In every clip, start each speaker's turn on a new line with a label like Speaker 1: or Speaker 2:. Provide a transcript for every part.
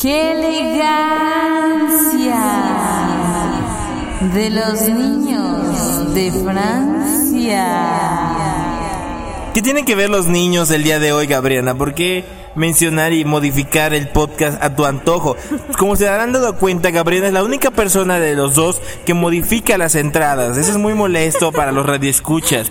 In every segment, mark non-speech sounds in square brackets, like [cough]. Speaker 1: ¡Qué elegancia! De los niños de Francia.
Speaker 2: ¿Qué tienen que ver los niños el día de hoy, Gabriela? ¿Por qué mencionar y modificar el podcast a tu antojo? Como se habrán dado cuenta, Gabriela es la única persona de los dos que modifica las entradas. Eso es muy molesto para los radioescuchas,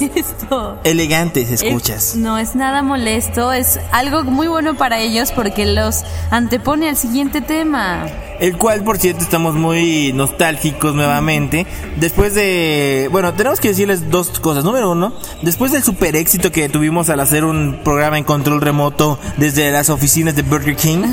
Speaker 1: [laughs] No es molesto.
Speaker 2: elegantes escuchas.
Speaker 1: Es- no es nada molesto, es algo muy bueno para ellos porque los antepone al siguiente tema.
Speaker 2: El cual, por cierto, estamos muy nostálgicos nuevamente. Después de. Bueno, tenemos que decirles dos cosas. Número uno, después del super éxito que tuvimos al hacer un programa en control remoto desde las oficinas de Burger King,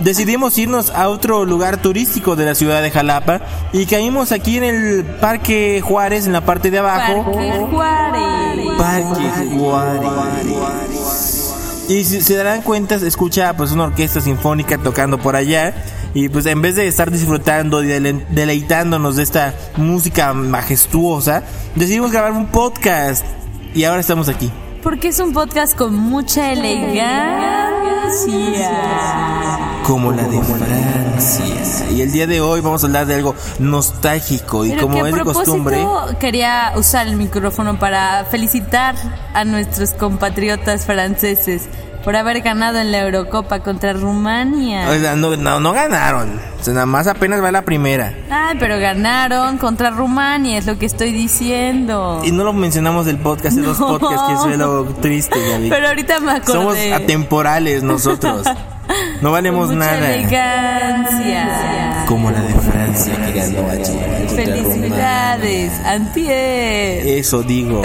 Speaker 2: decidimos irnos a otro lugar turístico de la ciudad de Jalapa y caímos aquí en el Parque Juárez, en la parte de abajo.
Speaker 1: Parque Juárez.
Speaker 2: Parque Juárez. Y si se darán cuenta, se escucha pues una orquesta sinfónica tocando por allá. Y pues en vez de estar disfrutando y dele- deleitándonos de esta música majestuosa, decidimos grabar un podcast. Y ahora estamos aquí.
Speaker 1: Porque es un podcast con mucha elegancia.
Speaker 2: Como la de Francia. Y el día de hoy vamos a hablar de algo nostálgico. Y
Speaker 1: Pero que
Speaker 2: como
Speaker 1: a
Speaker 2: es de
Speaker 1: propósito
Speaker 2: costumbre.
Speaker 1: quería usar el micrófono para felicitar a nuestros compatriotas franceses por haber ganado en la Eurocopa contra Rumania.
Speaker 2: o sea, no, no, no ganaron. O sea, nada más apenas va la primera.
Speaker 1: Ay, pero ganaron contra Rumania, es lo que estoy diciendo.
Speaker 2: Y no lo mencionamos del podcast, de
Speaker 1: [laughs]
Speaker 2: los
Speaker 1: No.
Speaker 2: podcasts, que eso es lo triste,
Speaker 1: [laughs]
Speaker 2: Gaby.
Speaker 1: Pero ahorita me acordé.
Speaker 2: Somos atemporales nosotros.
Speaker 1: [laughs]
Speaker 2: No valemos
Speaker 1: Mucha
Speaker 2: nada.
Speaker 1: elegancia.
Speaker 2: Como la de Francia que ganó ayer.
Speaker 1: Felicidades, Antier.
Speaker 2: Eso digo.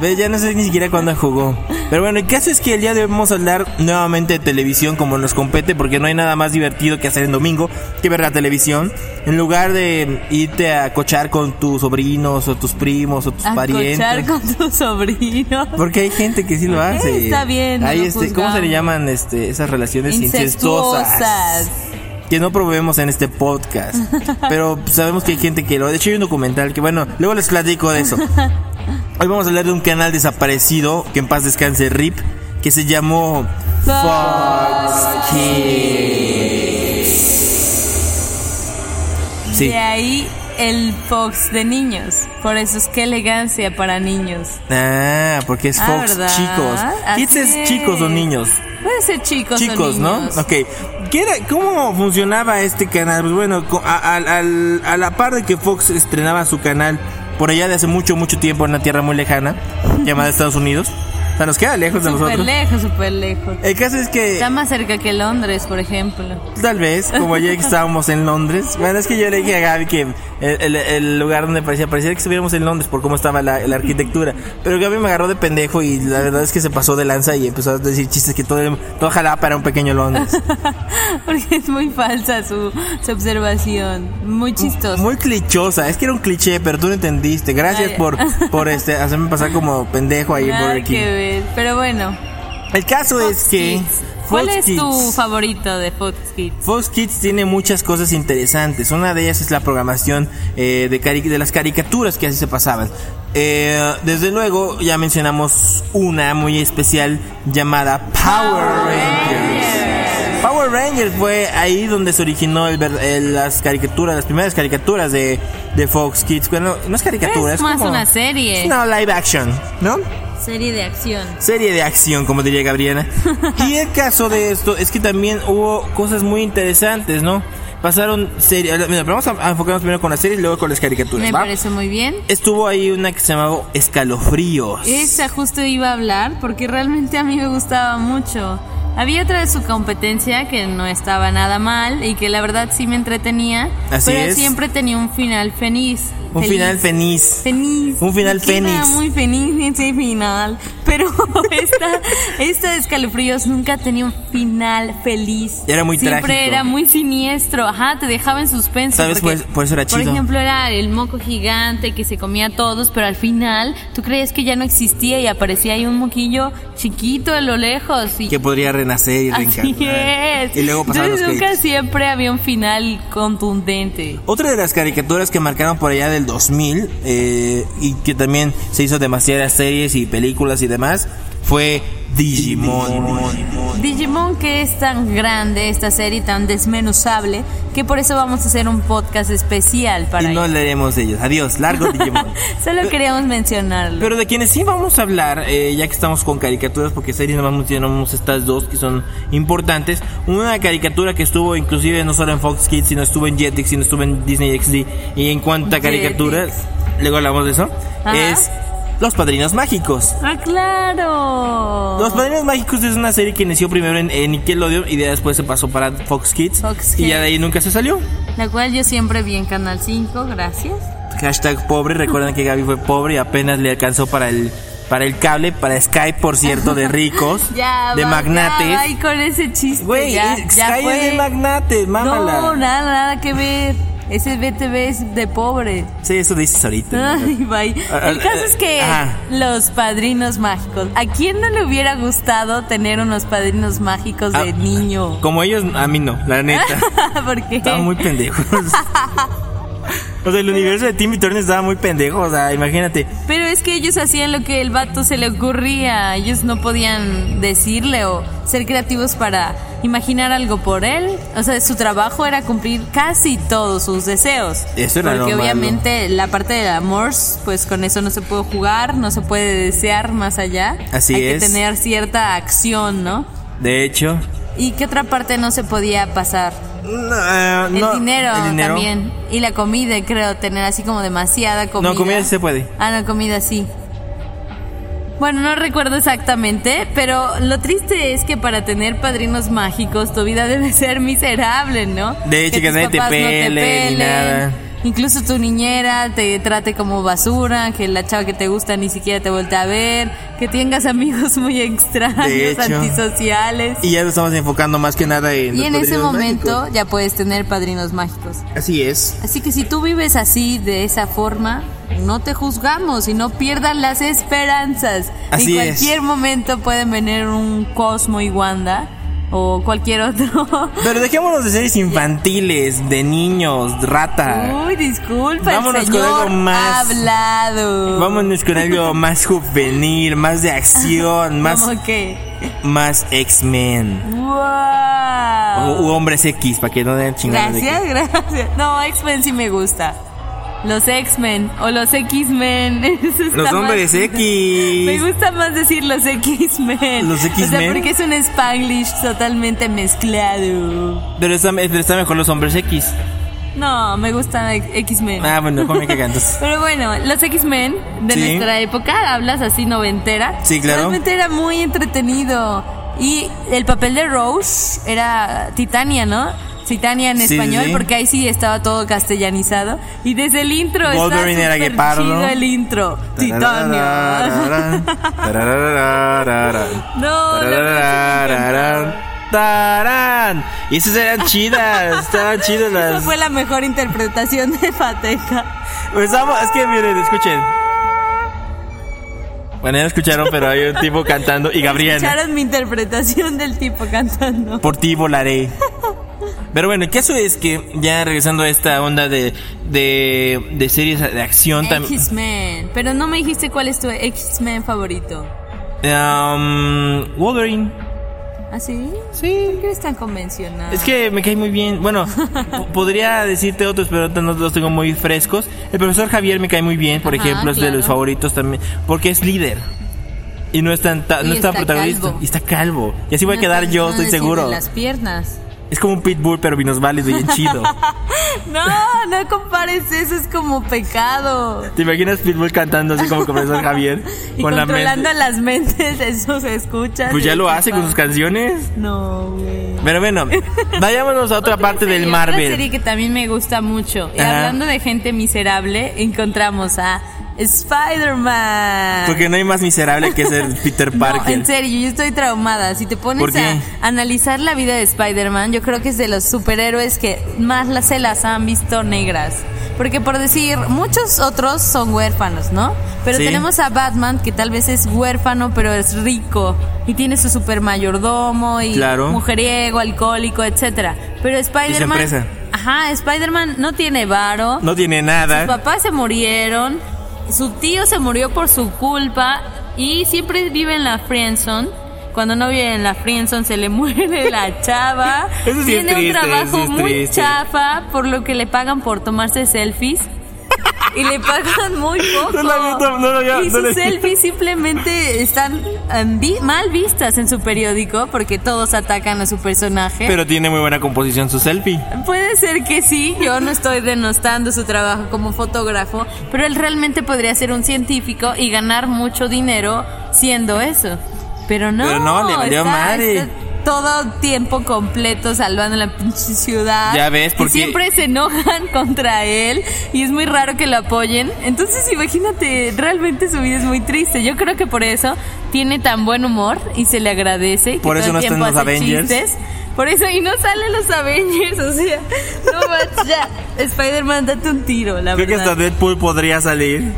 Speaker 2: Ve, ya no sé ni siquiera cuándo jugó. Pero bueno, el caso es que el día debemos hablar nuevamente de televisión como nos compete, porque no hay nada más divertido que hacer en domingo que ver la televisión. En lugar de irte a cochar con tus sobrinos o tus primos o tus
Speaker 1: Acochar
Speaker 2: parientes.
Speaker 1: con tu sobrino.
Speaker 2: Porque hay gente que sí lo hace.
Speaker 1: está bien, no
Speaker 2: Hay
Speaker 1: lo
Speaker 2: este, ¿Cómo se le
Speaker 1: juzgamos.
Speaker 2: llaman este, esas relaciones incestuosas?
Speaker 1: Incestuosas.
Speaker 2: Que no probemos en este podcast.
Speaker 1: [laughs]
Speaker 2: Pero sabemos que hay gente que lo. De hecho, hay un documental que, bueno, luego les platico de
Speaker 1: [laughs]
Speaker 2: eso. Hoy vamos a hablar de un canal desaparecido, que en paz descanse RIP, que se llamó Fox Kids. Sí.
Speaker 1: De ahí el Fox de niños. Por eso es que elegancia para niños.
Speaker 2: Ah, porque es
Speaker 1: Ah,
Speaker 2: Fox
Speaker 1: ¿verdad?
Speaker 2: chicos. ¿Kids
Speaker 1: Así
Speaker 2: es chicos o
Speaker 1: es.
Speaker 2: niños?
Speaker 1: Puede ser chicos,
Speaker 2: chicos,
Speaker 1: o
Speaker 2: ¿no?
Speaker 1: niños.
Speaker 2: Ok. ¿Qué era- ¿Cómo funcionaba este canal? Pues bueno, co- a, al- al- a la par de que Fox estrenaba su canal por allá de hace mucho, mucho tiempo en una tierra
Speaker 1: [laughs]
Speaker 2: muy lejana, llamada Estados Unidos. O sea, nos queda lejos de
Speaker 1: Súper
Speaker 2: nosotros. Eh,
Speaker 1: lejos, súper lejos.
Speaker 2: El caso es que,
Speaker 1: Está más cerca que Londres, por ejemplo. [laughs]
Speaker 2: tal vez, como ayer que estábamos en Londres, bueno, es que yo le dije a Gaby que el, el- el lugar donde parecía, parecía que estuviéramos en Londres por cómo estaba la, la arquitectura. Pero Gaby me agarró de pendejo y la verdad es que se pasó de lanza y empezó a decir chistes que todo, el- todo jalaba para un pequeño Londres.
Speaker 1: Porque es muy falsa su, su observación. Muy chistosa.
Speaker 2: Muy clichosa, es que era un cliché, pero tú lo entendiste. Gracias
Speaker 1: Ay.
Speaker 2: por, por este, hacerme pasar como pendejo ahí en
Speaker 1: Nada
Speaker 2: Burger
Speaker 1: que
Speaker 2: King.
Speaker 1: ver. Pero bueno.
Speaker 2: El caso es que
Speaker 1: Kids. ¿Cuál
Speaker 2: Fox
Speaker 1: es tu
Speaker 2: Kids-
Speaker 1: favorito de Fox Kids?
Speaker 2: Fox Kids tiene muchas cosas interesantes. Una de ellas es la programación eh, de, cari- de las caricaturas que así se pasaban. Eh, desde luego, ya mencionamos una muy especial llamada Power Rangers. Power Rangers fue ahí donde se originó el ver- el- las caricaturas, las primeras caricaturas de, de Fox Kids. Bueno, no es caricatura,
Speaker 1: Es
Speaker 2: es,
Speaker 1: más
Speaker 2: como-
Speaker 1: una serie.
Speaker 2: es una live action, ¿no?
Speaker 1: Serie de acción.
Speaker 2: serie de acción, como
Speaker 1: [laughs]
Speaker 2: diría Gabriela. Y el caso de esto es que también hubo cosas muy interesantes, ¿no? Pasaron series. Mira, pero vamos a a enfocarnos primero con las series y luego con las caricaturas,
Speaker 1: Me
Speaker 2: ¿va?
Speaker 1: parece muy bien.
Speaker 2: Estuvo ahí una que se llamaba Escalofríos.
Speaker 1: Esa justo iba a hablar porque realmente a mí me gustaba mucho. Había otra de su competencia que no estaba nada mal y que la verdad sí me entretenía,
Speaker 2: Así
Speaker 1: pero
Speaker 2: es.
Speaker 1: siempre tenía un final feliz.
Speaker 2: Un
Speaker 1: Feliz.
Speaker 2: final feliz.
Speaker 1: Feliz.
Speaker 2: Un final
Speaker 1: Me queda
Speaker 2: feliz.
Speaker 1: muy feliz ese final. Pero [laughs] esta, esta de escalofríos nunca tenía un final feliz.
Speaker 2: Era muy
Speaker 1: Siempre
Speaker 2: trágico.
Speaker 1: era muy siniestro. Ajá, te dejaba en suspenso.
Speaker 2: Tal vez
Speaker 1: porque,
Speaker 2: por- por eso era
Speaker 1: Por
Speaker 2: chido.
Speaker 1: ejemplo, era el moco gigante que se comía a todos, pero al final tú creías que ya no existía y aparecía ahí un moquillo chiquito a lo lejos. Y
Speaker 2: Que podría renacer y
Speaker 1: Así
Speaker 2: reencarnar.
Speaker 1: es.
Speaker 2: Y luego pasaban los
Speaker 1: Entonces nunca
Speaker 2: créditos.
Speaker 1: siempre había un final contundente.
Speaker 2: Otra de las caricaturas que marcaron por allá del 2000 eh, y que también se hizo demasiadas series y películas y demás fue Digimon.
Speaker 1: Digimon que es tan grande, esta serie tan desmenuzable, que por eso vamos a hacer un podcast especial para
Speaker 2: Y no
Speaker 1: ello.
Speaker 2: leeremos de ellos.
Speaker 1: [laughs]
Speaker 2: Adiós, largo Digimon.
Speaker 1: Solo queríamos mencionarlo.
Speaker 2: Pero de quienes sí vamos a hablar, eh, ya que estamos con caricaturas, porque series nomás mencionamos estas dos que son importantes. Una caricatura que estuvo inclusive no solo en Fox Kids, sino estuvo en Jetix, sino estuvo en Disney XD. Y en cuanto a caricaturas, luego hablamos de eso,
Speaker 1: Ajá.
Speaker 2: es Los Padrinos Mágicos.
Speaker 1: ¡Ah, claro!
Speaker 2: Los Padrinos Mágicos es una serie que inició primero en, en Nickelodeon y ya después se pasó para Fox Kids.
Speaker 1: Fox
Speaker 2: y ya
Speaker 1: Kids.
Speaker 2: de ahí nunca se salió.
Speaker 1: La cual yo siempre vi en Canal 5, gracias.
Speaker 2: Hashtag pobre, recuerden que Gaby fue pobre y apenas le alcanzó para el para el cable, para Skype, por cierto, de ricos,
Speaker 1: [laughs] Ya,
Speaker 2: de
Speaker 1: va, ya,
Speaker 2: magnates.
Speaker 1: Ay, con ese chiste.
Speaker 2: Güey,
Speaker 1: ya,
Speaker 2: eh,
Speaker 1: ya
Speaker 2: Sky
Speaker 1: fue.
Speaker 2: es de magnates, mámala.
Speaker 1: No, nada, nada que ver. Ese BTV es de pobre.
Speaker 2: Sí, eso dices ahorita. [laughs]
Speaker 1: Ay, bye.
Speaker 2: Ah,
Speaker 1: El caso
Speaker 2: ah,
Speaker 1: es que
Speaker 2: ajá.
Speaker 1: los padrinos mágicos. ¿A quién no le hubiera gustado tener unos padrinos mágicos de
Speaker 2: Ah,
Speaker 1: niño? [laughs]
Speaker 2: Como ellos, a mí no, la neta.
Speaker 1: Porque
Speaker 2: Estaban
Speaker 1: [laughs]
Speaker 2: muy pendejos. o sea, el universo de Timmy Turner estaba muy pendejo, o sea, imagínate.
Speaker 1: Pero es que ellos hacían lo que el vato se le ocurría. Ellos no podían decirle o ser creativos para imaginar algo por él. O sea, su trabajo era cumplir casi todos sus deseos.
Speaker 2: Eso era
Speaker 1: Porque
Speaker 2: lo malo.
Speaker 1: obviamente la parte del amor, pues con eso no se puede jugar, no se puede desear más allá.
Speaker 2: Así
Speaker 1: Hay
Speaker 2: es.
Speaker 1: que tener cierta acción, ¿no?
Speaker 2: De hecho,
Speaker 1: ¿Y qué otra parte no se podía pasar?
Speaker 2: no, eh,
Speaker 1: El,
Speaker 2: no,
Speaker 1: dinero
Speaker 2: el dinero
Speaker 1: también. Y la comida, creo, tener así como demasiada comida.
Speaker 2: No, comida sí se puede.
Speaker 1: Ah, no, comida sí. Bueno, no recuerdo exactamente, pero lo triste es que para tener padrinos mágicos tu vida debe ser miserable, ¿no?
Speaker 2: De hecho, que
Speaker 1: tus
Speaker 2: nadie te
Speaker 1: papás no
Speaker 2: pele ni nada.
Speaker 1: Incluso tu niñera te trate como basura, que la chava que te gusta ni siquiera te voltea a ver, que tengas amigos muy
Speaker 2: De
Speaker 1: extraños,
Speaker 2: hecho.
Speaker 1: antisociales.
Speaker 2: Y ya nos estamos enfocando más que nada en.
Speaker 1: Y
Speaker 2: los
Speaker 1: en ese
Speaker 2: padrinos
Speaker 1: momento
Speaker 2: mágicos.
Speaker 1: ya puedes tener padrinos mágicos.
Speaker 2: Así es.
Speaker 1: Así que si tú vives así, de esa forma, no te juzgamos y no pierdas las esperanzas.
Speaker 2: Así
Speaker 1: en
Speaker 2: es.
Speaker 1: cualquier momento pueden venir un Cosmo y Wanda o cualquier otro.
Speaker 2: Pero dejémonos de series infantiles, de niños, rata.
Speaker 1: Uy, disculpa,
Speaker 2: Ah. Vámonos
Speaker 1: el
Speaker 2: con
Speaker 1: señor
Speaker 2: algo más.
Speaker 1: ha hablado.
Speaker 2: Vámonos con algo más juvenil, más de acción, más,
Speaker 1: ¿Cómo qué?
Speaker 2: más X-Men. O,
Speaker 1: ¡Wow!
Speaker 2: u hombres X, para que no den chingados. de
Speaker 1: Gracias, gracias. No, X-Men sí me gusta. Los X-Men o los X-Men. [laughs] eso
Speaker 2: que-
Speaker 1: está
Speaker 2: Los
Speaker 1: más-
Speaker 2: hombres
Speaker 1: Me
Speaker 2: X.
Speaker 1: gusta más decir los X-Men.
Speaker 2: Los
Speaker 1: O sea,
Speaker 2: X-Men.
Speaker 1: porque es un Spanglish totalmente mezclado.
Speaker 2: Pero está, pero está mejor los hombres X.
Speaker 1: No, me gusta X-Men.
Speaker 2: Ah, bueno,
Speaker 1: [laughs]
Speaker 2: ponme cagantos.
Speaker 1: Pero bueno, los X-Men de
Speaker 2: Sí.
Speaker 1: nuestra época, hablas así noventera.
Speaker 2: Sí, claro.
Speaker 1: Realmente era muy entretenido. Y el papel de Rose era Titania, ¿no? Titania en
Speaker 2: Sí, sí,
Speaker 1: español,
Speaker 2: sí.
Speaker 1: porque ahí sí estaba todo castellanizado. Y desde el intro estaba
Speaker 2: Wolverine era
Speaker 1: súper
Speaker 2: guepardo.
Speaker 1: chido el intro. Titania.
Speaker 2: Tarararararán, tarararararán.
Speaker 1: [laughs] No, no,
Speaker 2: Tarararararán, tarán. Y esas eran chidas,
Speaker 1: [laughs]
Speaker 2: estaban chidas
Speaker 1: Esa
Speaker 2: las.
Speaker 1: fue la mejor interpretación de Pateca.
Speaker 2: Pues vamos, es que miren, escuchen. Bueno, ya lo escucharon, pero hay un tipo cantando y Gabriel.
Speaker 1: Escucharon mi interpretación del tipo cantando.
Speaker 2: Por ti volaré. Pero bueno, el caso es que ya regresando a esta onda de, de, de series de acción también.
Speaker 1: X-Men. Pero no me dijiste cuál es tu X-Men favorito.
Speaker 2: Um, Wolverine.
Speaker 1: ¿Ah, sí?
Speaker 2: Sí.
Speaker 1: ¿Por qué eres tan convencional?
Speaker 2: Es que me cae muy bien.
Speaker 1: [laughs]
Speaker 2: Bueno, po- podría decirte otros, pero ahorita no los tengo muy frescos. El profesor Javier me cae muy bien, por
Speaker 1: Ajá,
Speaker 2: ejemplo, es de los
Speaker 1: claro.
Speaker 2: favoritos también, porque es líder. Y no es tan ta-
Speaker 1: Y
Speaker 2: no es tan
Speaker 1: está
Speaker 2: protagonista.
Speaker 1: calvo.
Speaker 2: Y está calvo. Y así voy a quedar yo, estoy seguro.
Speaker 1: las piernas.
Speaker 2: Es como un pitbull, pero menos válido y bien
Speaker 1: [laughs]
Speaker 2: chido.
Speaker 1: No, no compares eso, es como pecado.
Speaker 2: ¿Te imaginas pitbull cantando así como el profesor Javier?
Speaker 1: [laughs] Y controlando las mentes, eso se escucha.
Speaker 2: Pues
Speaker 1: se
Speaker 2: ya lo hace con
Speaker 1: escucha.
Speaker 2: sus canciones.
Speaker 1: No, güey.
Speaker 2: Pero bueno,
Speaker 1: [laughs]
Speaker 2: vayámonos a otra, parte del
Speaker 1: serie,
Speaker 2: Marvel.
Speaker 1: Otra serie que también me gusta mucho. Y
Speaker 2: Ajá.
Speaker 1: hablando de gente miserable, encontramos a Spider-Man.
Speaker 2: Porque no hay más miserable que ser
Speaker 1: [laughs]
Speaker 2: Peter
Speaker 1: No,
Speaker 2: Parker.
Speaker 1: en serio, yo estoy traumada. Si te
Speaker 2: ¿Por
Speaker 1: pones
Speaker 2: qué?
Speaker 1: a analizar la vida de Spider-Man, yo creo que es de los superhéroes que más las se las han visto negras. Porque por decir, muchos otros son huérfanos, ¿no? Pero
Speaker 2: Sí.
Speaker 1: tenemos a Batman, que tal vez es huérfano, pero es rico. Y tiene su supermayordomo y
Speaker 2: Claro.
Speaker 1: mujeriego, alcohólico, etcétera. Pero Spider-Man...
Speaker 2: empresa.
Speaker 1: Ajá, Spider-Man no tiene varo.
Speaker 2: no tiene
Speaker 1: Sus
Speaker 2: nada.
Speaker 1: papás se murieron, su tío se murió por su culpa y siempre vive en la friendzone. Cuando no vive en la friendzone se le [laughs] muere la chava.
Speaker 2: [laughs] Eso sí es
Speaker 1: Tiene
Speaker 2: triste,
Speaker 1: un trabajo
Speaker 2: eso es
Speaker 1: muy
Speaker 2: triste.
Speaker 1: chafa por lo que le pagan por tomarse selfies. Y le pagan muy poco.
Speaker 2: [laughs] No la vi, no, no la vi,
Speaker 1: y
Speaker 2: no la
Speaker 1: sus
Speaker 2: vi.
Speaker 1: selfies simplemente están em, vi- mal vistas en su periódico porque todos atacan a su personaje.
Speaker 2: Pero tiene muy buena composición su selfie.
Speaker 1: Puede ser que sí, yo no estoy denostando su trabajo como fotógrafo, pero él realmente podría ser un científico y ganar mucho dinero siendo eso. Pero no,
Speaker 2: Pero no, le valió
Speaker 1: está-
Speaker 2: madre.
Speaker 1: está todo tiempo completo salvando la pinche ciudad.
Speaker 2: Ya ves,
Speaker 1: Y
Speaker 2: porque-
Speaker 1: siempre se enojan [laughs] contra él y es muy raro que lo apoyen. Entonces imagínate, realmente su vida es muy triste. Yo creo que por eso tiene tan buen humor y se le agradece. que
Speaker 2: Por eso
Speaker 1: todo el
Speaker 2: no está en
Speaker 1: tiempo
Speaker 2: los
Speaker 1: hace
Speaker 2: Avengers.
Speaker 1: chistes. Por eso, y no salen los Avengers, o sea, no manches, ya. Spider-Man, date un tiro, la
Speaker 2: Creo que hasta
Speaker 1: verdad.
Speaker 2: Deadpool podría salir.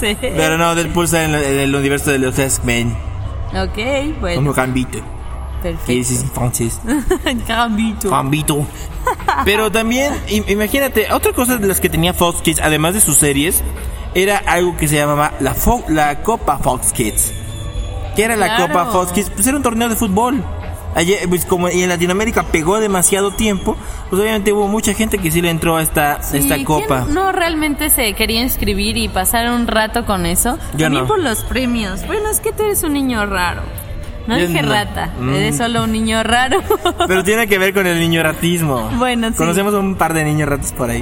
Speaker 1: Sí.
Speaker 2: Pero no, Deadpool está en el, en el universo de los X-Men.
Speaker 1: Ok, bueno,
Speaker 2: Como Gambito. Que
Speaker 1: perfecto.
Speaker 2: dices francés.
Speaker 1: [laughs] Gambito. [laughs]
Speaker 2: Gambito. Pero también, im- imagínate, otra cosa de las que tenía Fox Kids, además de sus series, era algo que se llamaba la, Fo- la Copa Fox Kids. ¿Qué era la
Speaker 1: Claro.
Speaker 2: Copa Fox Kids? Pues era un torneo de fútbol. Ayer, pues como en Latinoamérica pegó demasiado tiempo, pues obviamente hubo mucha gente que sí le entró a esta,
Speaker 1: Sí,
Speaker 2: esta
Speaker 1: ¿quién
Speaker 2: copa.
Speaker 1: No realmente se quería inscribir y pasar un rato con eso.
Speaker 2: Yo
Speaker 1: a mí
Speaker 2: no.
Speaker 1: por los premios. Bueno, es que tú eres un niño raro. No
Speaker 2: Yo
Speaker 1: dije
Speaker 2: no.
Speaker 1: rata,
Speaker 2: Mm.
Speaker 1: eres solo un niño raro. [laughs]
Speaker 2: Pero tiene que ver con el niño ratismo.
Speaker 1: Bueno, sí. Ah.
Speaker 2: Conocemos un par de niños ratos por ahí.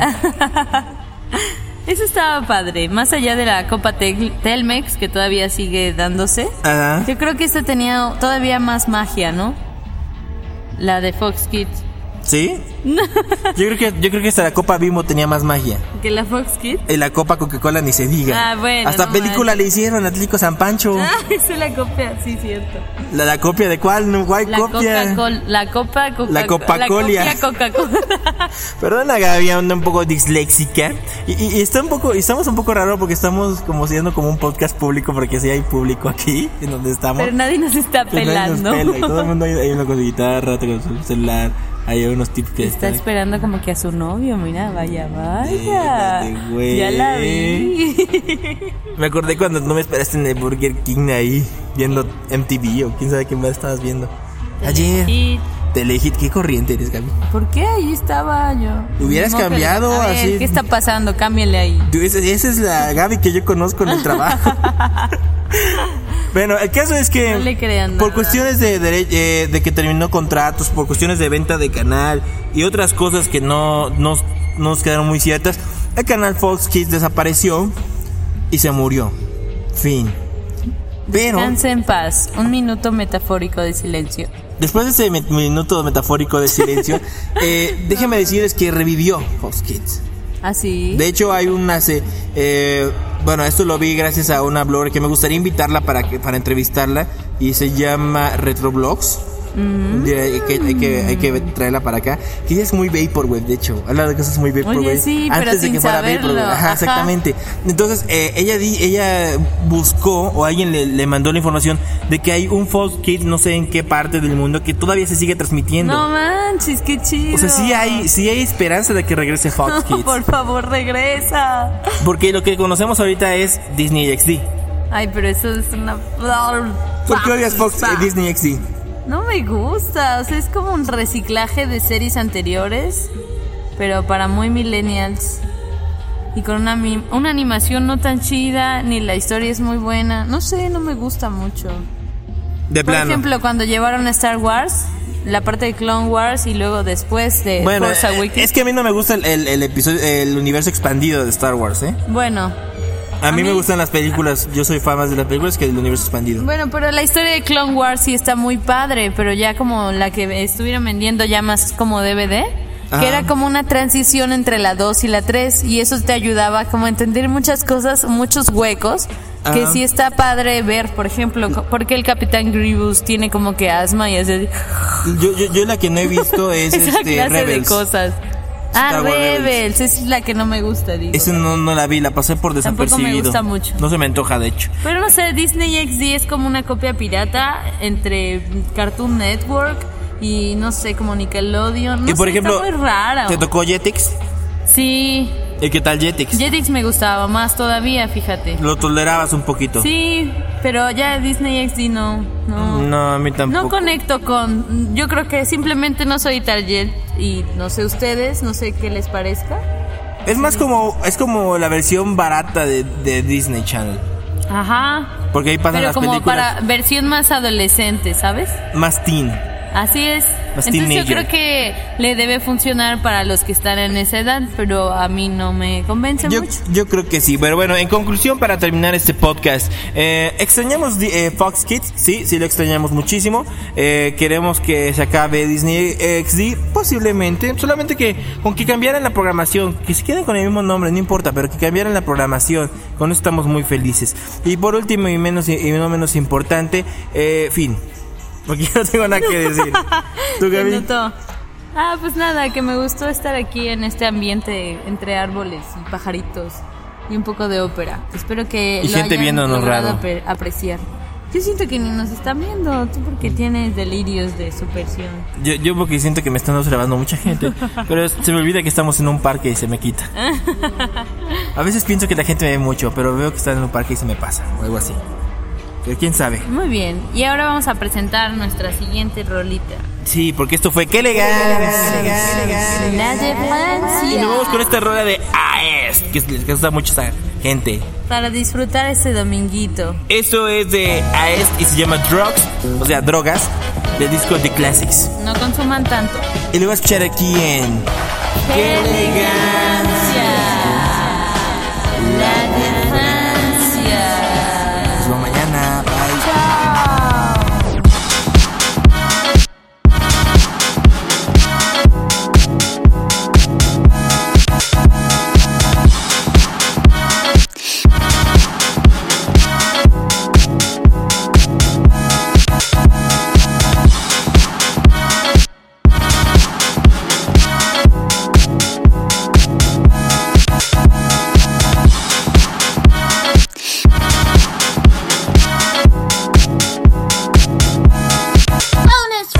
Speaker 1: Eso estaba padre, más allá de la Copa Tel- Telmex que todavía sigue dándose.
Speaker 2: Ajá.
Speaker 1: Yo creo que esta tenía todavía más magia, ¿no? La de Fox Kids.
Speaker 2: ¿Sí? yo creo que yo creo que hasta la Copa Bimbo tenía más magia.
Speaker 1: ¿Que la Fox Kids?
Speaker 2: En la Copa Coca-Cola ni se diga.
Speaker 1: Ah, bueno,
Speaker 2: Hasta
Speaker 1: no
Speaker 2: película le hicieron Atlético San Pancho.
Speaker 1: Ah, [laughs] se la copia, sí, cierto.
Speaker 2: La, la copia de cuál, no hay
Speaker 1: La
Speaker 2: copia.
Speaker 1: Coca-Cola. La Copa Coca
Speaker 2: La Copacolia.
Speaker 1: La copia
Speaker 2: [laughs]
Speaker 1: Coca-Cola.
Speaker 2: Perdona Gaby, anda un poco disléxica. Y, y- y está un poco, y estamos un poco raro porque estamos como siendo como un podcast público, porque sí hay público aquí, en donde estamos.
Speaker 1: Pero nadie nos está
Speaker 2: Pero nadie nos
Speaker 1: pelando.
Speaker 2: pela, y
Speaker 1: [laughs]
Speaker 2: todo el mundo hay, hay uno con su guitarra, otro con su celular, hay unos tips que
Speaker 1: Está
Speaker 2: están-
Speaker 1: esperando como que a su novio, mira, vaya, vaya.
Speaker 2: Espérate, güey.
Speaker 1: Ya la vi.
Speaker 2: [laughs] Me acordé cuando no me esperaste en el Burger King ahí, viendo MTV o quién sabe qué más estabas viendo. Ayer.
Speaker 1: Y
Speaker 2: Telehit, qué corriente eres, Gaby.
Speaker 1: ¿por qué ahí estaba yo?
Speaker 2: Hubieras
Speaker 1: Ni modo que-
Speaker 2: cambiado,
Speaker 1: a ver,
Speaker 2: así.
Speaker 1: ¿Qué está pasando? Cámbiale ahí.
Speaker 2: Tú, Esa, esa es la Gaby que yo conozco en
Speaker 1: [laughs]
Speaker 2: el trabajo. bueno, el caso es que
Speaker 1: No le crean
Speaker 2: por
Speaker 1: nada.
Speaker 2: cuestiones de, dere- eh, de que terminó contratos, por cuestiones de venta de canal y otras cosas que no nos, nos quedaron muy ciertas, el canal Fox Kids desapareció y se murió. Fin. Pero
Speaker 1: Descanse en paz. Un minuto metafórico de silencio.
Speaker 2: después de ese met- minuto metafórico de silencio, eh, déjeme decirles que revivió Fox Kids.
Speaker 1: Así.
Speaker 2: De hecho, hay una. se- eh, bueno, esto lo vi gracias a una blogger que me gustaría invitarla para, que, para entrevistarla. Y se llama Retroblogs.
Speaker 1: Mm.
Speaker 2: Un día Hay que, hay, que, hay que traerla para acá. Que ella es muy vaporwave, de hecho. Habla de cosas muy vaporwave.
Speaker 1: Oye, sí, pero
Speaker 2: antes de
Speaker 1: sin
Speaker 2: que fuera
Speaker 1: saberlo.
Speaker 2: vaporwave. Ajá,
Speaker 1: Ajá.
Speaker 2: exactamente. Entonces, eh, ella di- ella buscó o alguien le, le mandó la información de que hay un Fox Kids, no sé en qué parte del mundo, que todavía se sigue transmitiendo.
Speaker 1: No manches, qué chido.
Speaker 2: o sea,
Speaker 1: [laughs]
Speaker 2: sí hay, sí hay esperanza de que regrese Fox Kids.
Speaker 1: Por favor, regresa.
Speaker 2: Porque lo que conocemos ahorita es Disney XD.
Speaker 1: Ay, pero eso es una.
Speaker 2: ¿Por qué odias Fox eh, Disney XD?
Speaker 1: No me gusta. O sea, es como un reciclaje de series anteriores, pero para muy millennials. Y con una, mi- una animación no tan chida, ni la historia es muy buena. No sé, no me gusta mucho.
Speaker 2: De
Speaker 1: Por
Speaker 2: plano.
Speaker 1: ejemplo, cuando llevaron a Star Wars, la parte de Clone Wars y luego después de
Speaker 2: bueno,
Speaker 1: Force
Speaker 2: eh,
Speaker 1: Awakens.
Speaker 2: es que a mí no me gusta el, el- el episodio, el universo expandido de Star Wars, ¿eh?
Speaker 1: Bueno,
Speaker 2: A,
Speaker 1: A
Speaker 2: mí, me
Speaker 1: mí-
Speaker 2: gustan las películas, yo soy fan más de las películas que del universo expandido.
Speaker 1: bueno, pero la historia de Clone Wars sí está muy padre, pero ya como la que estuvieron vendiendo ya más como DVD,
Speaker 2: Ah.
Speaker 1: que era como una transición entre la 2 y la 3 y eso te ayudaba como a entender muchas cosas, muchos huecos. Que
Speaker 2: Ah.
Speaker 1: sí está padre ver, por ejemplo, co- por qué el Capitán Grievous tiene como que asma y [laughs] hace
Speaker 2: Yo, yo, yo la que no
Speaker 1: [laughs]
Speaker 2: he visto es
Speaker 1: esa
Speaker 2: este,
Speaker 1: clase de
Speaker 2: Rebels.
Speaker 1: cosas. Ah,
Speaker 2: Star Wars
Speaker 1: Rebels.
Speaker 2: Rebels.
Speaker 1: esa es la que no me gusta, digo.
Speaker 2: Esa no, no la vi, la pasé por
Speaker 1: Tampoco me
Speaker 2: desapercibido.
Speaker 1: gusta mucho.
Speaker 2: No se me antoja, de hecho.
Speaker 1: Pero no sé, Disney XD es como una copia pirata entre Cartoon Network y no sé, como Nickelodeon. No
Speaker 2: y por
Speaker 1: sé,
Speaker 2: ejemplo,
Speaker 1: está muy rara.
Speaker 2: ¿te tocó Jetix?
Speaker 1: Sí,
Speaker 2: ¿Y qué tal Jetix?
Speaker 1: Jetix me gustaba más todavía, fíjate.
Speaker 2: Lo tolerabas un poquito.
Speaker 1: Sí, pero ya Disney XD no, no.
Speaker 2: No, a mí tampoco.
Speaker 1: No conecto con. Yo creo que simplemente no soy target y no sé ustedes, no sé qué les parezca.
Speaker 2: Es más como es como la versión barata de, de Disney Channel,
Speaker 1: Ajá.
Speaker 2: porque ahí pasan
Speaker 1: Pero
Speaker 2: las
Speaker 1: como
Speaker 2: películas
Speaker 1: para versión más adolescente, ¿sabes?
Speaker 2: más teen.
Speaker 1: Así es.
Speaker 2: Más
Speaker 1: Entonces yo
Speaker 2: teenager.
Speaker 1: creo que le debe funcionar para los que están en esa edad, pero a mí no me convence
Speaker 2: Yo,
Speaker 1: mucho.
Speaker 2: yo creo que sí, pero bueno, en conclusión para terminar este podcast, eh, extrañamos di- eh, Fox Kids, sí, sí lo extrañamos muchísimo, eh, queremos que se acabe Disney XD, posiblemente, solamente que con que cambiaran la programación, que se queden con el mismo nombre, no importa, pero que cambiaran la programación, con eso estamos muy felices. Y por último y menos y no menos importante, eh, fin, porque [laughs] yo no tengo nada que decir. ¿Tú,
Speaker 1: Se
Speaker 2: Gaby?
Speaker 1: notó. Ah, pues nada, que me gustó estar aquí en este ambiente entre árboles y pajaritos y un poco de ópera. Espero que
Speaker 2: Y
Speaker 1: lo
Speaker 2: gente
Speaker 1: hayan
Speaker 2: viéndonos
Speaker 1: logrado
Speaker 2: raro.
Speaker 1: apre- apreciar. Yo siento que ni nos están viendo, tú porque tienes delirios de supersión.
Speaker 2: Yo, yo porque siento que me están observando mucha gente, pero es- se me olvida que estamos en un parque y se me quita. A veces pienso que la gente me ve mucho, pero veo que están en un parque y se me pasa, o algo así. Pero quién sabe.
Speaker 1: Muy bien, y ahora vamos a presentar nuestra siguiente rolita.
Speaker 2: Sí, porque esto fue qué legal.
Speaker 1: La de Francia.
Speaker 2: Y nos vamos con esta rueda de AES, que es- les gusta mucho a esa gente.
Speaker 1: Para disfrutar este dominguito.
Speaker 2: Esto es de AES y se llama Drugs, o sea, drogas, del disco The Classics.
Speaker 1: No consuman tanto.
Speaker 2: Y lo voy a escuchar aquí en
Speaker 1: ¡Qué elegancia! La de Francia.
Speaker 2: Nos vemos mañana. Bye.
Speaker 3: bonus.